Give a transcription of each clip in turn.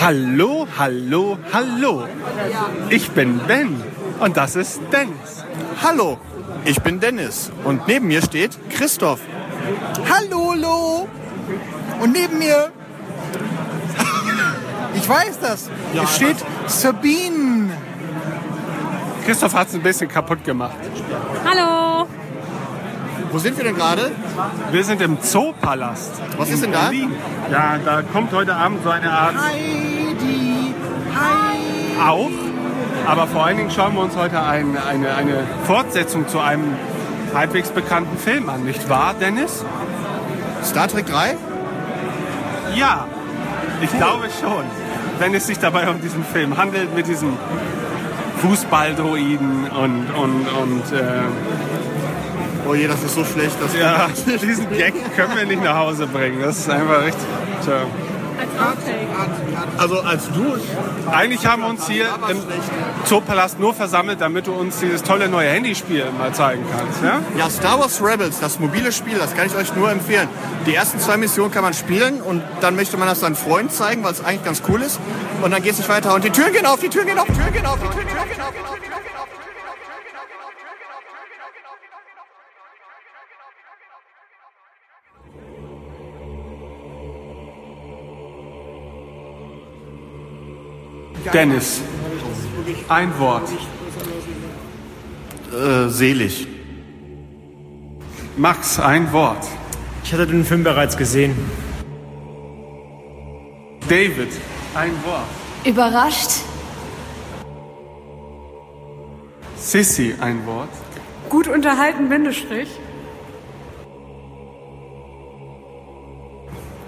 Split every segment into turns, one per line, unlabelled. Hallo, hallo, hallo. Ich bin Ben und das ist Dennis.
Hallo, ich bin Dennis und neben mir steht Christoph.
Hallo, Lo. Und neben mir. Ich weiß das.
Ja,
es steht Sabine.
Christoph hat es ein bisschen kaputt gemacht.
Hallo.
Wo sind wir denn gerade?
Wir sind im Zoopalast.
Was
in
ist denn da?
Berlin. Ja, da kommt heute Abend so eine Art
Heidi. Heidi.
auch. Aber vor allen Dingen schauen wir uns heute ein, eine, eine Fortsetzung zu einem halbwegs bekannten Film an, nicht wahr, Dennis?
Star Trek 3?
Ja, ich glaube schon. Wenn es sich dabei um diesen Film handelt, mit diesem Fußballdroiden und, und, und äh,
Oh je, das ist so schlecht. Das
ja, diesen Gag können wir nicht nach Hause bringen. Das ist einfach richtig. Tja.
Also als du...
Eigentlich haben wir uns hier im Zoopalast nur versammelt, damit du uns dieses tolle neue Handyspiel mal zeigen kannst. Ja?
Ja, Star Wars Rebels, das mobile Spiel, das kann ich euch nur empfehlen. Die ersten zwei Missionen kann man spielen und dann möchte man das seinen Freunden zeigen, weil es eigentlich ganz cool ist. Und dann geht es nicht weiter und die Türen gehen auf, die Türen gehen auf, die Türen gehen auf, die Türen gehen auf, die Türen gehen auf. Die Türen gehen auf.
Dennis, ein Wort.
Äh, selig.
Max, ein Wort.
Ich hatte den Film bereits gesehen.
David, ein Wort.
Überrascht.
Sissy, ein Wort.
Gut unterhalten, Bindestrich.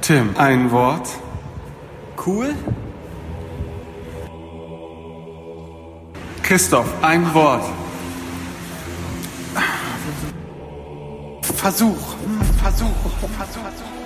Tim, ein Wort.
Cool.
Christoph, ein Wort. Versuch, Versuch, Versuch.